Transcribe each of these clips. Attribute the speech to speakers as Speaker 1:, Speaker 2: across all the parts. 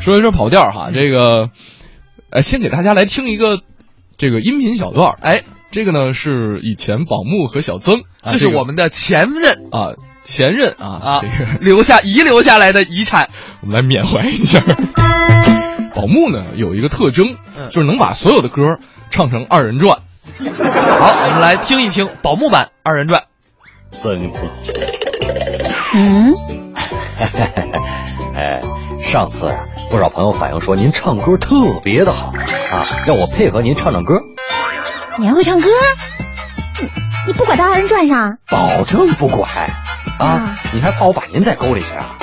Speaker 1: 说一说跑调儿
Speaker 2: 嗯
Speaker 1: 哈，这个，呃，先给大家来听一个这个音频小段儿。哎，这个呢是以前宝木和小曾，啊
Speaker 2: 这是我们的前任
Speaker 1: 这个啊前任啊
Speaker 2: 啊
Speaker 1: 这个
Speaker 2: 留下遗留下来的遗产。
Speaker 1: 我们来缅怀一下。 宝木呢有一个特征，
Speaker 2: 嗯
Speaker 1: 就是能把所有的歌儿唱成二人转。
Speaker 2: 好，我们来听一听宝木版二人转。
Speaker 3: 真不，
Speaker 4: 嗯，
Speaker 3: 哎，上次啊，不少朋友反映说您唱歌特别的好啊，让我配合您唱唱歌，
Speaker 4: 你还会唱歌？你你不管到二人转上？
Speaker 3: 保证不拐啊
Speaker 4: 啊！
Speaker 3: 你还怕我把您带沟里去啊？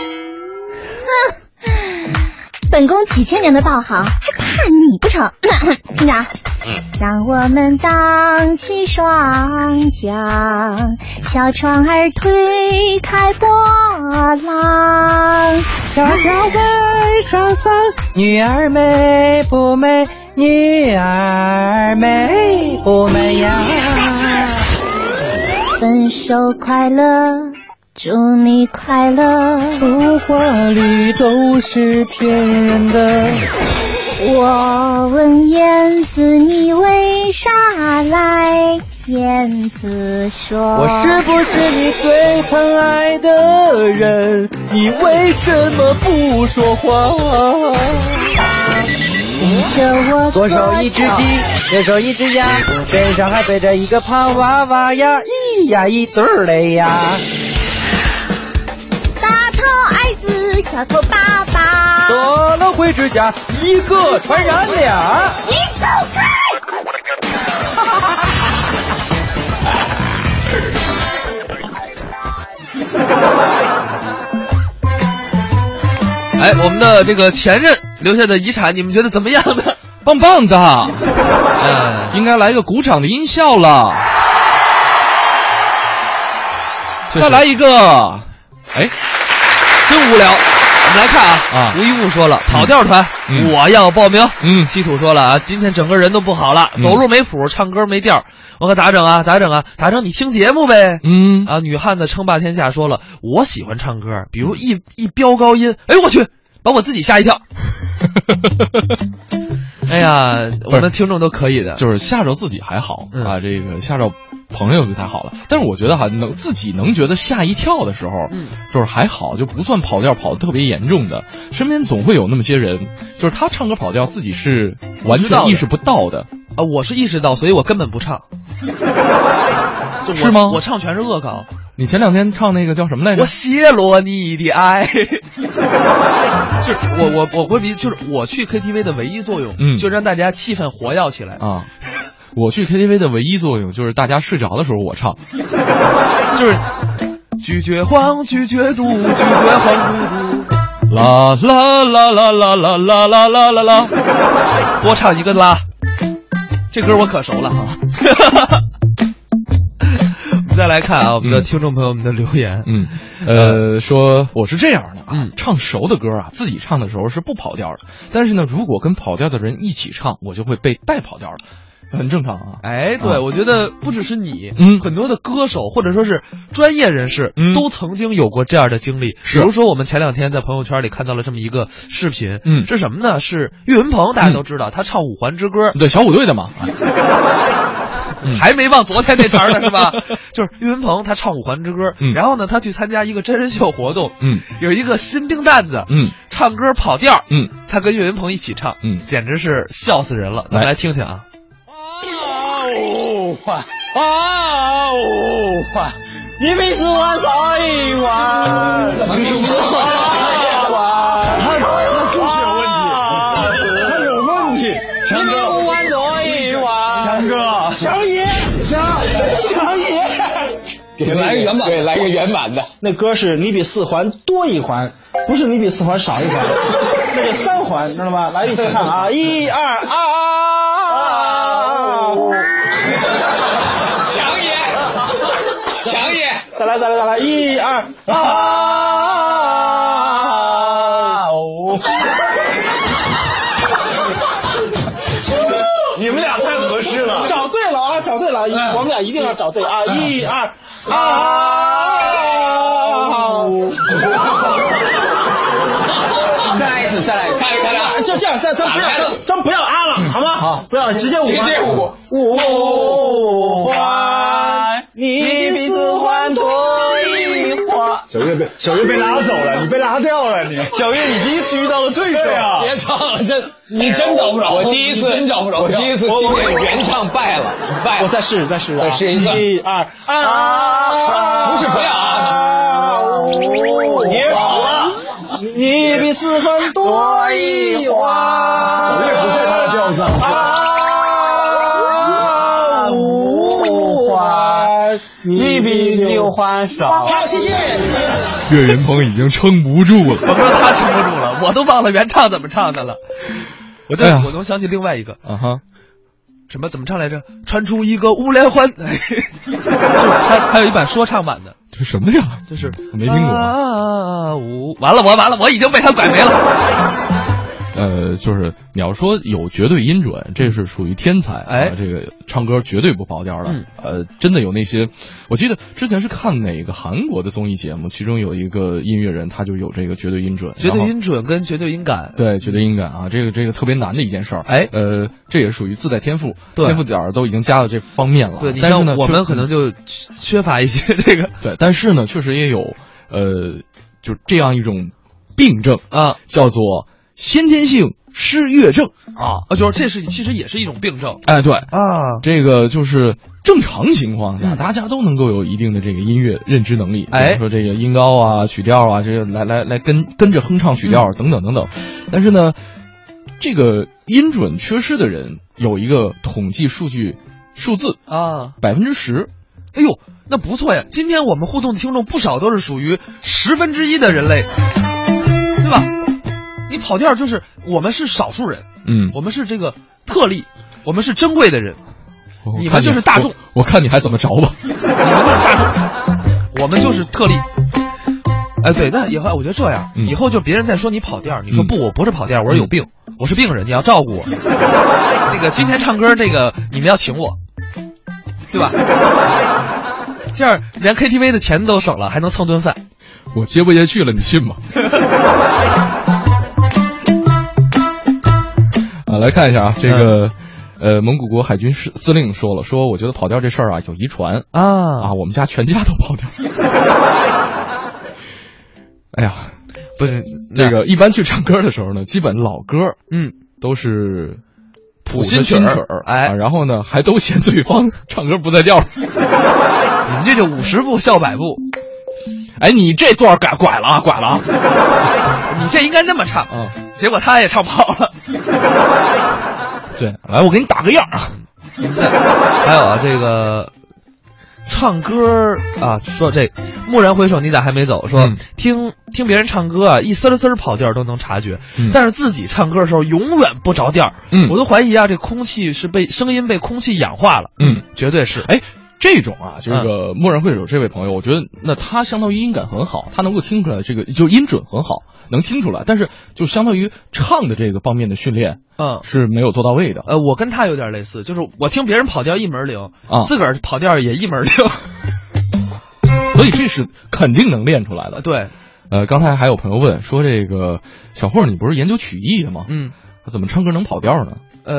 Speaker 4: 本宫几千年的道行，还怕你不成？ 厅长，让我们荡起双桨，小船儿推开波浪。
Speaker 5: 小小妹，双双，女儿美不美？女儿美不美呀？
Speaker 4: 分手快乐，祝你快乐，
Speaker 5: 童话里都是骗人的。
Speaker 4: 我问燕子，你为啥来？燕子说：“
Speaker 5: 我是不是你最疼爱的人？你为什么不说话？
Speaker 4: 着我
Speaker 5: 左手一只鸡，右手一只鸭，身上还背着一个胖娃娃呀，咿呀一对儿嘞呀。
Speaker 4: 大头儿子，小头爸爸。
Speaker 5: 得了灰指甲，一个传染俩。
Speaker 4: 你走开！
Speaker 2: 哎，我们的这个前任留下的遗产，你们觉得怎么样呢？
Speaker 1: 棒棒的，
Speaker 2: 嗯，
Speaker 1: 应该来个鼓掌的音效了。再来一个，哎，
Speaker 2: 真无聊。我们来看啊，
Speaker 1: 啊
Speaker 2: 吴一物说了，跑调团、
Speaker 1: 嗯
Speaker 2: 我要报名。
Speaker 1: 嗯
Speaker 2: 基础说了啊，今天整个人都不好了，
Speaker 1: 嗯
Speaker 2: 走路没谱，唱歌没调儿，我可咋整啊？咋整啊？咋整？你听节目呗。
Speaker 1: 嗯，
Speaker 2: 啊，女汉子称霸天下说了，我喜欢唱歌，比如一一飙高音，哎呦我去，把我自己吓 一跳。哎呀，我们听众都可以的，
Speaker 1: 就是吓着自己还好、
Speaker 2: 嗯
Speaker 1: 啊，这个吓着朋友就太好了。但是我觉得哈，能自己能觉得吓一跳的时候，
Speaker 2: 嗯，
Speaker 1: 就是还好，就不算跑调跑得特别严重的。身边总会有那么些人，就是他唱歌跑调，自己是完
Speaker 2: 知道
Speaker 1: 全
Speaker 2: 的
Speaker 1: 意识不到的。
Speaker 2: 啊，我是意识到，所以我根本不唱。就我
Speaker 1: 是吗
Speaker 2: 我唱全是恶搞，
Speaker 1: 你前两天唱那个叫什么来着
Speaker 2: 我？泄露你的爱。就是我我我会比就是我去 KTV 的唯一作用，
Speaker 1: 嗯
Speaker 2: 就让大家气氛活跃起来。
Speaker 1: 啊， 我去 KTV 的唯一作用就是大家睡着的时候我唱。
Speaker 2: 就是拒绝黄，拒绝毒，拒绝黄嘟嘟，
Speaker 1: 啦啦啦啦啦啦啦啦啦啦啦。
Speaker 2: 多唱一个啦。这歌我可熟了 哈。我们再来看啊，我们的
Speaker 1: 嗯
Speaker 2: 听众朋友们的留言，
Speaker 1: 嗯，呃，说我是这样的啊，
Speaker 2: 嗯
Speaker 1: 唱熟的歌啊，自己唱的时候是不跑调的，但是呢，如果跟跑调的人一起唱，我就会被带跑调了，很正常啊。
Speaker 2: 哎，对，
Speaker 1: 啊
Speaker 2: 我觉得不只是你，
Speaker 1: 嗯
Speaker 2: 很多的歌手或者说是专业人士，
Speaker 1: 嗯
Speaker 2: 都曾经有过这样的经历。
Speaker 1: 是
Speaker 2: 比如说我们前两天在朋友圈里看到了这么一个视频，
Speaker 1: 嗯
Speaker 2: 是什么呢？是岳云鹏，大家都知道，他唱《五环之歌》，
Speaker 1: 对，小虎队的嘛，嗯
Speaker 2: 还没忘昨天那茬儿呢，是 吧？就是岳云鹏他唱《五环之歌》，
Speaker 1: 嗯
Speaker 2: 然后呢，他去参加一个真人秀活动，
Speaker 1: 嗯
Speaker 2: 有一个新兵蛋子，
Speaker 1: 嗯
Speaker 2: 唱歌跑调儿，
Speaker 1: 嗯，
Speaker 2: 他跟岳云鹏一起唱，
Speaker 1: 嗯
Speaker 2: 简直是笑死人了。咱们
Speaker 1: 来
Speaker 2: 来听听啊。
Speaker 5: 啊呜哇，啊呜哇，你们是我早已晚，他他数学有问题，他有问题。强哥，我玩早已晚，强哥，强爷，强强爷。
Speaker 6: 给来个圆满，对，来个圆满的。
Speaker 5: 那歌是你比四环多一环，不是你比四环少一环，那就三环，知道吗？来一起看啊，一二啊！
Speaker 6: 强爷，强爷，
Speaker 5: 再来再来再来，一二啊！
Speaker 6: 你们俩太合适了。
Speaker 5: 找对了啊，找对了，我们俩一定要找对啊！一二啊！
Speaker 6: 再来一次，再来一次，再来
Speaker 7: 要，咱咱不要，咱不要啊了，好吗？好，不要，直接五环，
Speaker 6: 直接五
Speaker 7: 五环，你比四环多一环。
Speaker 8: 小月被小月被拉走了，你被拉掉了，你
Speaker 7: 小月，你第一次遇到了对手啊！
Speaker 6: 别唱了，真你真找不着。我第一次真找不着，我第一次听见原唱败了，败
Speaker 7: 我
Speaker 6: 了。
Speaker 7: 再试再试啊！
Speaker 6: 再呃试一次
Speaker 7: 一二啊！
Speaker 6: 不是不要啊
Speaker 7: 你
Speaker 6: 好了，
Speaker 7: 你比四分多一环。
Speaker 5: 啊
Speaker 8: 小月不在他的调上。
Speaker 7: 啊，五环，你比六环少。好，谢谢。
Speaker 1: 岳云鹏已经撑不住
Speaker 2: 我
Speaker 1: 了
Speaker 2: 说他撑不住了，我都忘了原唱怎么唱的了。我这、
Speaker 1: 哎呀
Speaker 2: 我能想起另外一个
Speaker 1: 啊哈！
Speaker 2: 什么怎么唱来着？穿出一个乌连欢， 还还有一版说唱版的，
Speaker 1: 这什么呀？
Speaker 2: 就是
Speaker 1: 我没听过
Speaker 2: 啊，五完了，我完了，我已经被他拐没 了。
Speaker 1: 呃，就是你要说有绝对音准，这是属于天才啊，
Speaker 2: 哎
Speaker 1: 这个唱歌绝对不跑调的。
Speaker 2: 嗯
Speaker 1: 呃，真的有那些，我记得之前是看哪个韩国的综艺节目，其中有一个音乐人，他就有这个绝对音准，
Speaker 2: 绝对
Speaker 1: 然后
Speaker 2: 音准跟绝对音感，
Speaker 1: 对，绝对音感啊，这个这个特别难的一件事儿。
Speaker 2: 哎
Speaker 1: 呃，这也属于自带天赋，
Speaker 2: 对
Speaker 1: 天赋点儿都已经加到这方面了。
Speaker 2: 对你
Speaker 1: 但是
Speaker 2: 像
Speaker 1: 呢，
Speaker 2: 我
Speaker 1: 确
Speaker 2: 们可能就缺缺乏一些这个
Speaker 1: 对，但是呢，确实也有呃，就这样一种病症，
Speaker 2: 啊
Speaker 1: 叫做先天性失乐症。
Speaker 2: 啊，就是这是其实也是一种病症
Speaker 1: 哎，对，
Speaker 2: 啊。
Speaker 1: 这个就是正常情况下，
Speaker 2: 嗯
Speaker 1: 大家都能够有一定的这个音乐认知能力，比
Speaker 2: 哎
Speaker 1: 如说这个音高啊、曲调啊，这个来来来跟跟着哼唱曲
Speaker 2: 嗯
Speaker 1: 调等等等等。但是呢，这个音准缺失的人有一个统计数据数字，
Speaker 2: 啊，
Speaker 1: 百分之十。
Speaker 2: 哎呦，那不错呀！今天我们互动的听众不少都是属于十分之一的人类，对吧？你跑调就是我们是少数人，
Speaker 1: 嗯，
Speaker 2: 我们是这个特例，我们是珍贵的人，
Speaker 1: 我
Speaker 2: 你们
Speaker 1: 看
Speaker 2: 就是大众
Speaker 1: 我，我看你还怎么着吧。
Speaker 2: 你们就是大 众，我们就是特例。哎，对，那以后我觉得这样，
Speaker 1: 嗯
Speaker 2: 以后就别人再说你跑调，你说
Speaker 1: 嗯
Speaker 2: 不，我不是跑调，我是有病，我是病人，你要 照顾我。那个今天唱歌，那个你们要请我，对吧？这样连 KTV 的钱都省了，还能蹭顿饭。
Speaker 1: 我接不下去了，你信 吗？啊，来看一下啊，
Speaker 2: 嗯
Speaker 1: 这个，呃，蒙古国海军司司令说了，说我觉得跑调这事儿啊有遗传
Speaker 2: 啊
Speaker 1: 啊，，我们家全家都跑 调。哎呀，
Speaker 2: 不是
Speaker 1: 这，个一般去唱歌的时候呢，基本老歌
Speaker 2: 啊嗯，
Speaker 1: 都是谱
Speaker 2: 新
Speaker 1: 的
Speaker 2: 曲
Speaker 1: 新曲
Speaker 2: 儿
Speaker 1: 儿，
Speaker 2: 哎
Speaker 1: 啊然后呢还都嫌对方唱歌不在调儿。
Speaker 2: 你们这就五十步笑百步，
Speaker 1: 哎，你这段儿改拐了啊，拐 了啊！
Speaker 2: 你这应该那么唱，
Speaker 1: 啊，
Speaker 2: 结果他也唱跑了。
Speaker 1: 对，来，我给你打个样儿啊。
Speaker 2: 还有啊，这个唱歌儿啊，说这蓦然回首，你咋还没走？说、
Speaker 1: 嗯
Speaker 2: 听听别人唱歌啊，一丝儿丝儿跑调儿都能察觉，
Speaker 1: 嗯
Speaker 2: 但是自己唱歌的时候永远不着调儿。
Speaker 1: 嗯
Speaker 2: 我都怀疑啊，这空气是被声音被空气氧化了。
Speaker 1: 嗯，
Speaker 2: 绝对是。
Speaker 1: 哎，这种啊，
Speaker 2: 嗯
Speaker 1: 这个蓦然回首这位朋友，我觉得那他相当于音感很好，他能够听出来这个就音准很好，能听出来，但是就相当于唱的这个方面的训练
Speaker 2: 嗯。
Speaker 1: 是没有做到位的。
Speaker 2: 呃，我跟他有点类似，就是我听别人跑调一门儿灵，
Speaker 1: 啊
Speaker 2: 自个儿跑调也一门儿灵。
Speaker 1: 所以这是肯定能练出来
Speaker 2: 呃
Speaker 1: 的。
Speaker 2: 对，
Speaker 1: 呃，刚才还有朋友问说，这个小霍，你不是研究曲艺的吗？
Speaker 2: 嗯，
Speaker 1: 怎么唱歌能跑调呢？
Speaker 2: 呃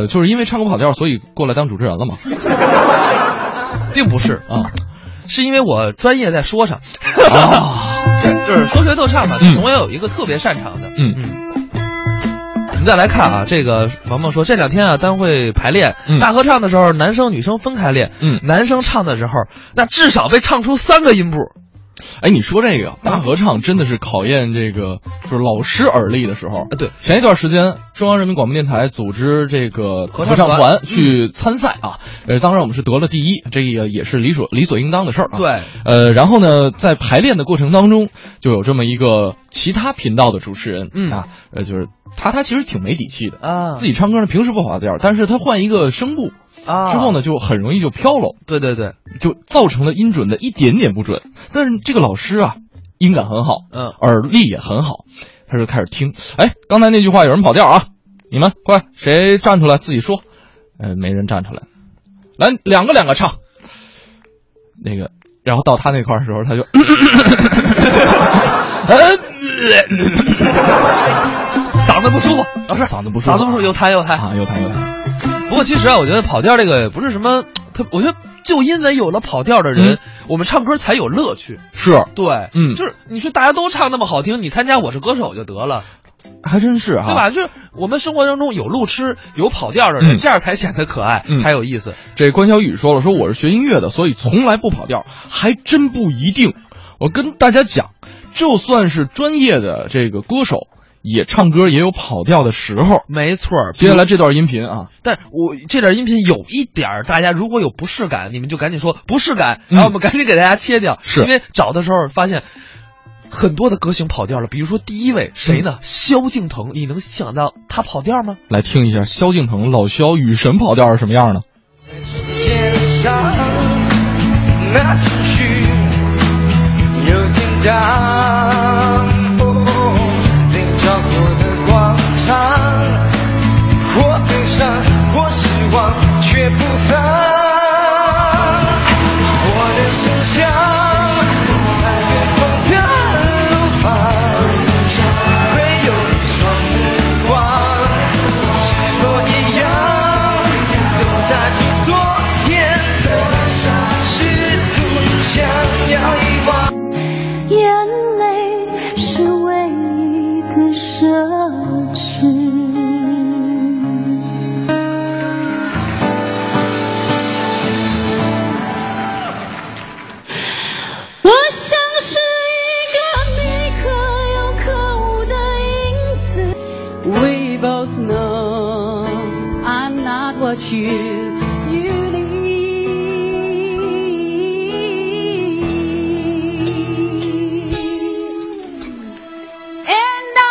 Speaker 1: 呃，，就是因为唱歌跑调，所以过来当主持人了 嘛。
Speaker 2: 并不是，
Speaker 1: 啊，
Speaker 2: 是因为我专业在说唱。
Speaker 1: 啊，
Speaker 2: 这就是说学逗唱嘛，
Speaker 1: 嗯
Speaker 2: 你总要有一个特别擅长的。
Speaker 1: 嗯
Speaker 2: 嗯。我们再来看啊，这个萌萌说这两天啊，单位排练、
Speaker 1: 嗯
Speaker 2: 大合唱的时候，男生女生分开练。
Speaker 1: 嗯
Speaker 2: 男生唱的时候，那至少被唱出三个音部。
Speaker 1: 哎，你说这个大合唱真的是考验这个就是老师耳力的时候。
Speaker 2: 啊，对，
Speaker 1: 前一段时间，中央人民广播电台组织这个
Speaker 2: 合
Speaker 1: 合
Speaker 2: 唱
Speaker 1: 唱
Speaker 2: 团嗯
Speaker 1: 团去参赛啊，呃，当然我们是得了第一，这个也是理所理所应当的事儿啊。
Speaker 2: 对，
Speaker 1: 呃，然后呢，在排练的过程当中，就有这么一个其他频道的主持人，
Speaker 2: 嗯
Speaker 1: 啊，呃，就是他，他其实挺没底气的，
Speaker 2: 啊
Speaker 1: 自己唱歌呢平时不跑调，但是他换一个声部
Speaker 2: 啊
Speaker 1: 之后？呢，就很容易就飘了，
Speaker 2: 对对对，
Speaker 1: 就造成了音准的一点点不准。但是这个老师啊，音感很好，
Speaker 2: 嗯，
Speaker 1: 耳力也很好，他就开始听。哎，刚才那句话有人跑调啊！你们快，谁站出来自己说。呃，没人站出来，来两个两个唱。那个，然后到他那块儿的时候，他就，
Speaker 2: 嗓子不舒服，老师
Speaker 1: 啊嗓子不舒服
Speaker 2: 嗓子不舒服，有痰有痰。
Speaker 1: 啊，又弹又弹，
Speaker 2: 不过其实啊，我觉得跑调这个不是什么特，我觉得就因为有了跑调的人，
Speaker 1: 嗯
Speaker 2: 我们唱歌才有乐趣。
Speaker 1: 是，
Speaker 2: 对，
Speaker 1: 嗯
Speaker 2: 就是你说大家都唱那么好听，你参加《我是歌手》就得了，
Speaker 1: 还真是哈，
Speaker 2: 对吧？就是我们生活当中有路痴、有跑调的人，
Speaker 1: 啊嗯
Speaker 2: 这样才显得可爱，
Speaker 1: 嗯
Speaker 2: 才有意思。
Speaker 1: 这关小雨说了，说我是学音乐的，所以从来不跑调，还真不一定。我跟大家讲，就算是专业的这个歌手，也唱歌也有跑调的时候。
Speaker 2: 没错儿，
Speaker 1: 接下来这段音频啊，
Speaker 2: 但我这点音频有一点儿，大家如果有不适感，你们就赶紧说不适感，
Speaker 1: 嗯
Speaker 2: 然后我们赶紧给大家切掉，
Speaker 1: 是
Speaker 2: 因为找的时候发现。很多的歌星跑调了，比如说第一位谁呢？
Speaker 1: 嗯
Speaker 2: 萧敬腾，你能想到他跑调吗？
Speaker 1: 来听一下萧敬腾老萧雨神跑调是什么样呢？
Speaker 9: 肩上那情绪有点荡，哦，领教所的广场，或悲伤，或失望，却不放。我的身上在远方的路旁，会有一双目光。是否一样，都带着昨天的伤，试图想要遗忘。
Speaker 4: 眼泪是唯一的奢侈。我像是一个没可有可无的影子。We both know I'm not what you. you need. And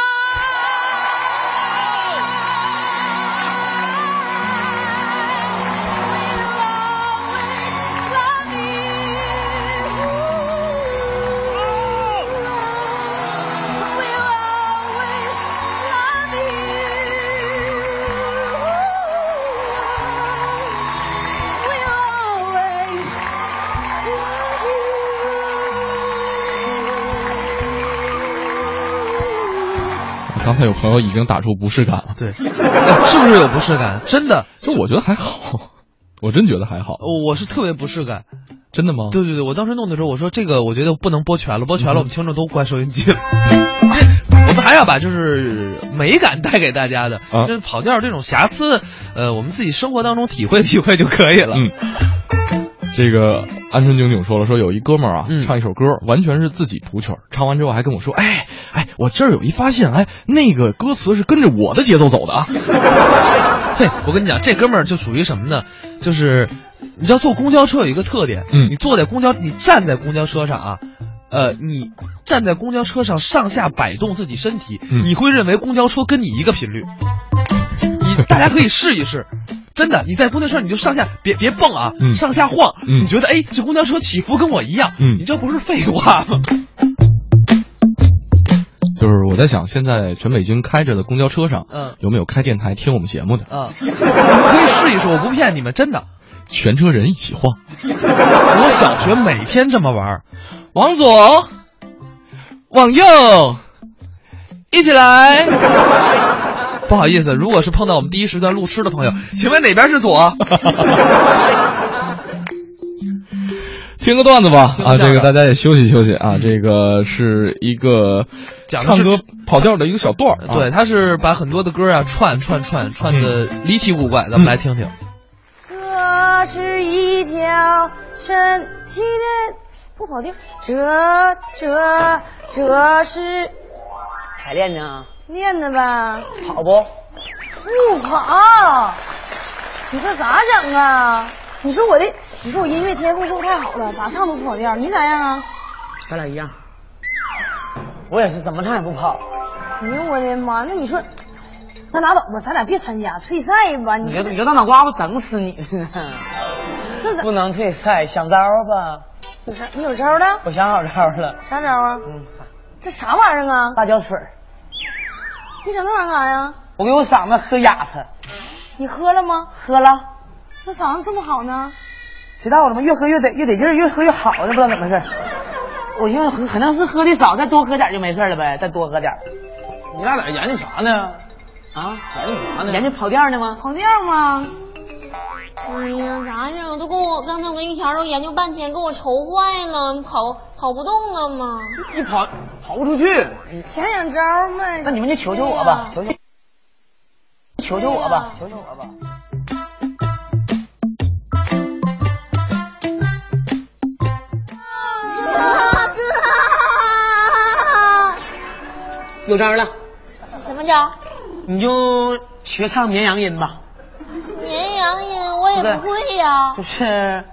Speaker 1: 刚才有朋友已经打出不适感了，
Speaker 2: 对，是不是有不适感？真的，
Speaker 1: 就我觉得还好，我真觉得还好，
Speaker 2: 我我是特别不适感。
Speaker 1: 真的吗？
Speaker 2: 对对对，我当时弄的时候，我说这个我觉得不能播全了，播全
Speaker 1: 嗯
Speaker 2: 了我们听众都关收音机了。 因为我们还要把就是美感带给大家的，
Speaker 1: 啊
Speaker 2: 就是跑调这种瑕疵，呃，我们自己生活当中体会体会就可以了。
Speaker 1: 嗯，这个鹌鹑警警说了，说有一哥们儿啊，
Speaker 2: 嗯
Speaker 1: 唱一首歌，完全是自己谱曲儿，唱完之后还跟我说，哎哎，我这儿有一发现，哎，那个歌词是跟着我的节奏走的啊。
Speaker 2: 嘿，我跟你讲，这哥们儿就属于什么呢？就是你知道坐公交车有一个特点，
Speaker 1: 嗯
Speaker 2: 你坐在公交，你站在公交车上啊。呃，你站在公交车上上下摆动自己身体，
Speaker 1: 嗯
Speaker 2: 你会认为公交车跟你一个频率。你大家可以试一试，真的，你在公交车你就上下别别蹦啊，
Speaker 1: 嗯
Speaker 2: 上下晃，
Speaker 1: 嗯
Speaker 2: 你觉得哎，这公交车起伏跟我一样，
Speaker 1: 嗯
Speaker 2: 你这不是废话吗？
Speaker 1: 就是我在想，现在全北京开着的公交车上，
Speaker 2: 嗯
Speaker 1: 有没有开电台听我们节目的？
Speaker 2: 啊， 你们可以试一试，我不骗你们，真的。
Speaker 1: 全车人一起晃，
Speaker 2: 我小学每天这么玩儿，
Speaker 1: 往左，往右，一起来。
Speaker 2: 不好意思，如果是碰到我们第一时段路痴的朋友，请问哪边是左？
Speaker 1: 听个段子吧
Speaker 2: 听个
Speaker 1: 啊！这
Speaker 2: 相
Speaker 1: 个
Speaker 2: 声
Speaker 1: 大家也休息休息啊！这个是一个
Speaker 2: 嗯讲的是
Speaker 1: 唱歌跑调的一个小段儿、啊，
Speaker 2: 对，他是把很多的歌啊串串串串的离奇古怪，咱们来听听。
Speaker 4: 这是一条神奇的不跑调，这这这是
Speaker 5: 还练呢？
Speaker 4: 念的吧？
Speaker 5: 跑不？
Speaker 4: 不跑，你这咋整啊？你说我的，你说我音乐天赋是不是太好了？咋唱都不跑调，你咋样啊？
Speaker 5: 咱俩一样。我也是怎么唱也不跑。
Speaker 4: 哎呦我的妈！那你说，那拉倒吧，咱俩别参加退赛吧？
Speaker 5: 你
Speaker 4: 你
Speaker 5: 这你这大脑瓜子整死你呢！
Speaker 4: 那咱
Speaker 5: 不能退赛，想招儿吧？
Speaker 4: 有啥？你有招了？
Speaker 5: 我想好招儿了。
Speaker 4: 啥招啊？
Speaker 5: 嗯，
Speaker 4: 这啥玩意儿啊？
Speaker 5: 辣椒水儿，
Speaker 4: 你整那玩意儿干啥呀？
Speaker 5: 我给我嗓子喝哑它，
Speaker 4: 你喝了吗？
Speaker 5: 喝了，
Speaker 4: 那嗓子这么好呢？
Speaker 5: 谁知道我他妈越喝越得越得劲儿，越喝越好呢，不知道怎么回事儿。我寻思可能是喝的少，再多喝点儿就没事儿了呗，再多喝点儿。
Speaker 10: 你俩在这研究啥呢？啊，研究啥呢？
Speaker 5: 研究跑调呢吗？
Speaker 4: 跑调吗？哎呀，啥呀？我都跟我刚才我跟玉霞都研究半天，给我愁坏了，跑跑不动了吗？
Speaker 10: 你跑跑不出去。
Speaker 4: 你前两招嘛。哎
Speaker 5: 那你们就求求我吧，求求，求求我吧，求求我吧。
Speaker 4: 哥
Speaker 5: 有招了，
Speaker 4: 什么招？
Speaker 5: 你就学唱绵羊音吧，
Speaker 4: 绵羊音我也不会呀、
Speaker 5: 就是。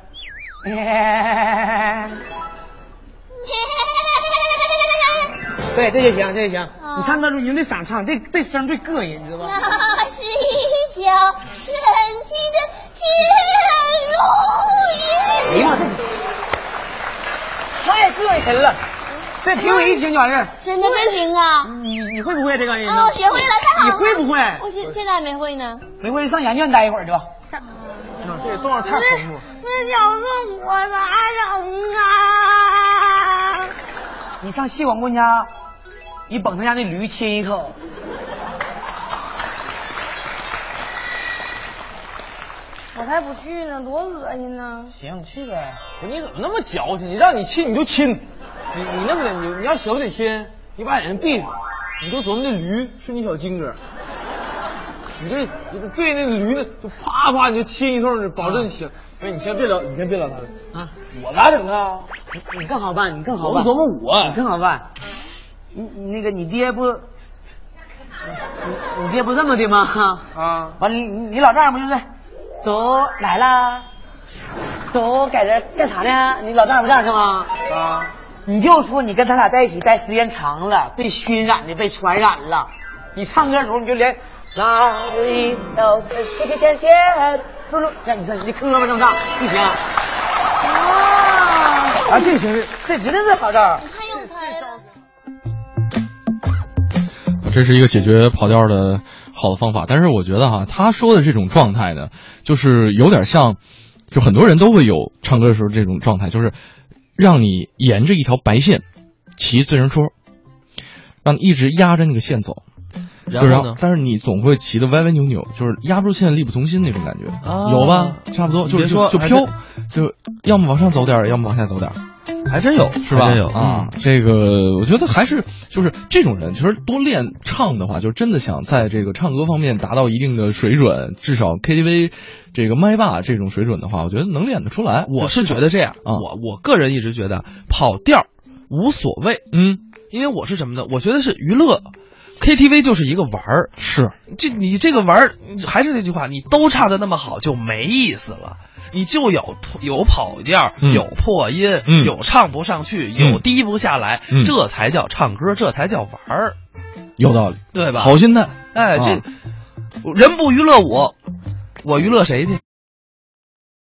Speaker 5: 对，这就行，这就行。
Speaker 4: 啊
Speaker 5: 你唱那种，你用这嗓唱，这这声最膈应，你知 道吧？
Speaker 4: 那是一条神奇的天
Speaker 5: 哎呀妈，这太膈应人了，
Speaker 4: 嗯
Speaker 5: 这评委一听就完事儿。
Speaker 4: 真的真行啊！
Speaker 5: 你你会不会这个音呢？
Speaker 4: 啊，我学会了，太好了！
Speaker 5: 你会不会？
Speaker 4: 我现现在还没会呢。
Speaker 5: 没会上研院待一会儿去吧。嗯
Speaker 10: 这动作太
Speaker 4: 嗯
Speaker 10: 恐怖。
Speaker 4: 那小子我咋整啊？
Speaker 5: 你上谢广坤家，你捧他家那驴亲一口。
Speaker 4: 我才不去呢，多恶心呢！
Speaker 5: 行，去呗。
Speaker 10: 不是你怎么那么矫情？你让你亲你就亲，你你那不得你你要舍不得亲，你把眼睛闭上，你就琢磨那驴是你小金哥，你这你这对那驴呢就啪啪你就亲一通，保证行。哎，你先别聊，你先别聊他了
Speaker 5: 啊！
Speaker 10: 我咋整啊？
Speaker 5: 你你更好办，你更好
Speaker 10: 琢磨啊
Speaker 5: 办。
Speaker 10: 琢磨我
Speaker 5: 你，更好办。你你那个你爹不，你你爹不这么的吗？
Speaker 10: 啊，
Speaker 5: 完了，你你老丈人不就是，都来啦，都在这干啥呢？你老丈人不这样是吗？
Speaker 10: 啊，
Speaker 5: 你就说你跟他俩在一起待时间长了，被熏染的，被传染了。你唱歌的时候你就连哪里都是天天天天，露露，那你这你磕巴这么大不行。啊，啊，这行，这绝对是好招。
Speaker 4: 太有才了！
Speaker 1: 这是一个解决跑调的好的方法。但是我觉得哈、他说的这种状态呢，就是有点像，就很多人都会有唱歌的时候这种状态，就是让你沿着一条白线骑自行车，让你一直压着那个线走。
Speaker 2: 然后呢
Speaker 1: 就但是你总会骑得歪歪扭扭，就是压不住线力不从心那种感觉，
Speaker 2: 啊
Speaker 1: 有吧？差不多，
Speaker 2: 你
Speaker 1: 就
Speaker 2: 别
Speaker 1: 是就
Speaker 2: 说
Speaker 1: 就
Speaker 2: 还
Speaker 1: 飘，就要么往上走点儿，要么往下走点儿。
Speaker 2: 还真有，
Speaker 1: 是吧？
Speaker 2: 还真有
Speaker 1: 啊
Speaker 2: 嗯，
Speaker 1: 这个我觉得还是就是这种人，其实多练唱的话，就是真的想在这个唱歌方面达到一定的水准，至少 KTV 这个麦霸这种水准的话，我觉得能练得出来。
Speaker 2: 我是觉得这样，
Speaker 1: 啊
Speaker 2: 我我个人一直觉得跑调无所谓，
Speaker 1: 嗯，
Speaker 2: 因为我是什么呢？我觉得是娱乐，KTV 就是一个玩儿。
Speaker 1: 是
Speaker 2: 这你这个玩儿，还是那句话，你都唱的那么好就没意思了。你就有有跑调，
Speaker 1: 嗯
Speaker 2: 有破音，
Speaker 1: 嗯
Speaker 2: 有唱不上去，
Speaker 1: 嗯
Speaker 2: 有低不下来，
Speaker 1: 嗯
Speaker 2: 这才叫唱歌，这才叫玩儿，
Speaker 1: 有道理，
Speaker 2: 对吧？
Speaker 1: 好心态。啊
Speaker 2: 哎，这人不娱乐我，我娱乐谁去？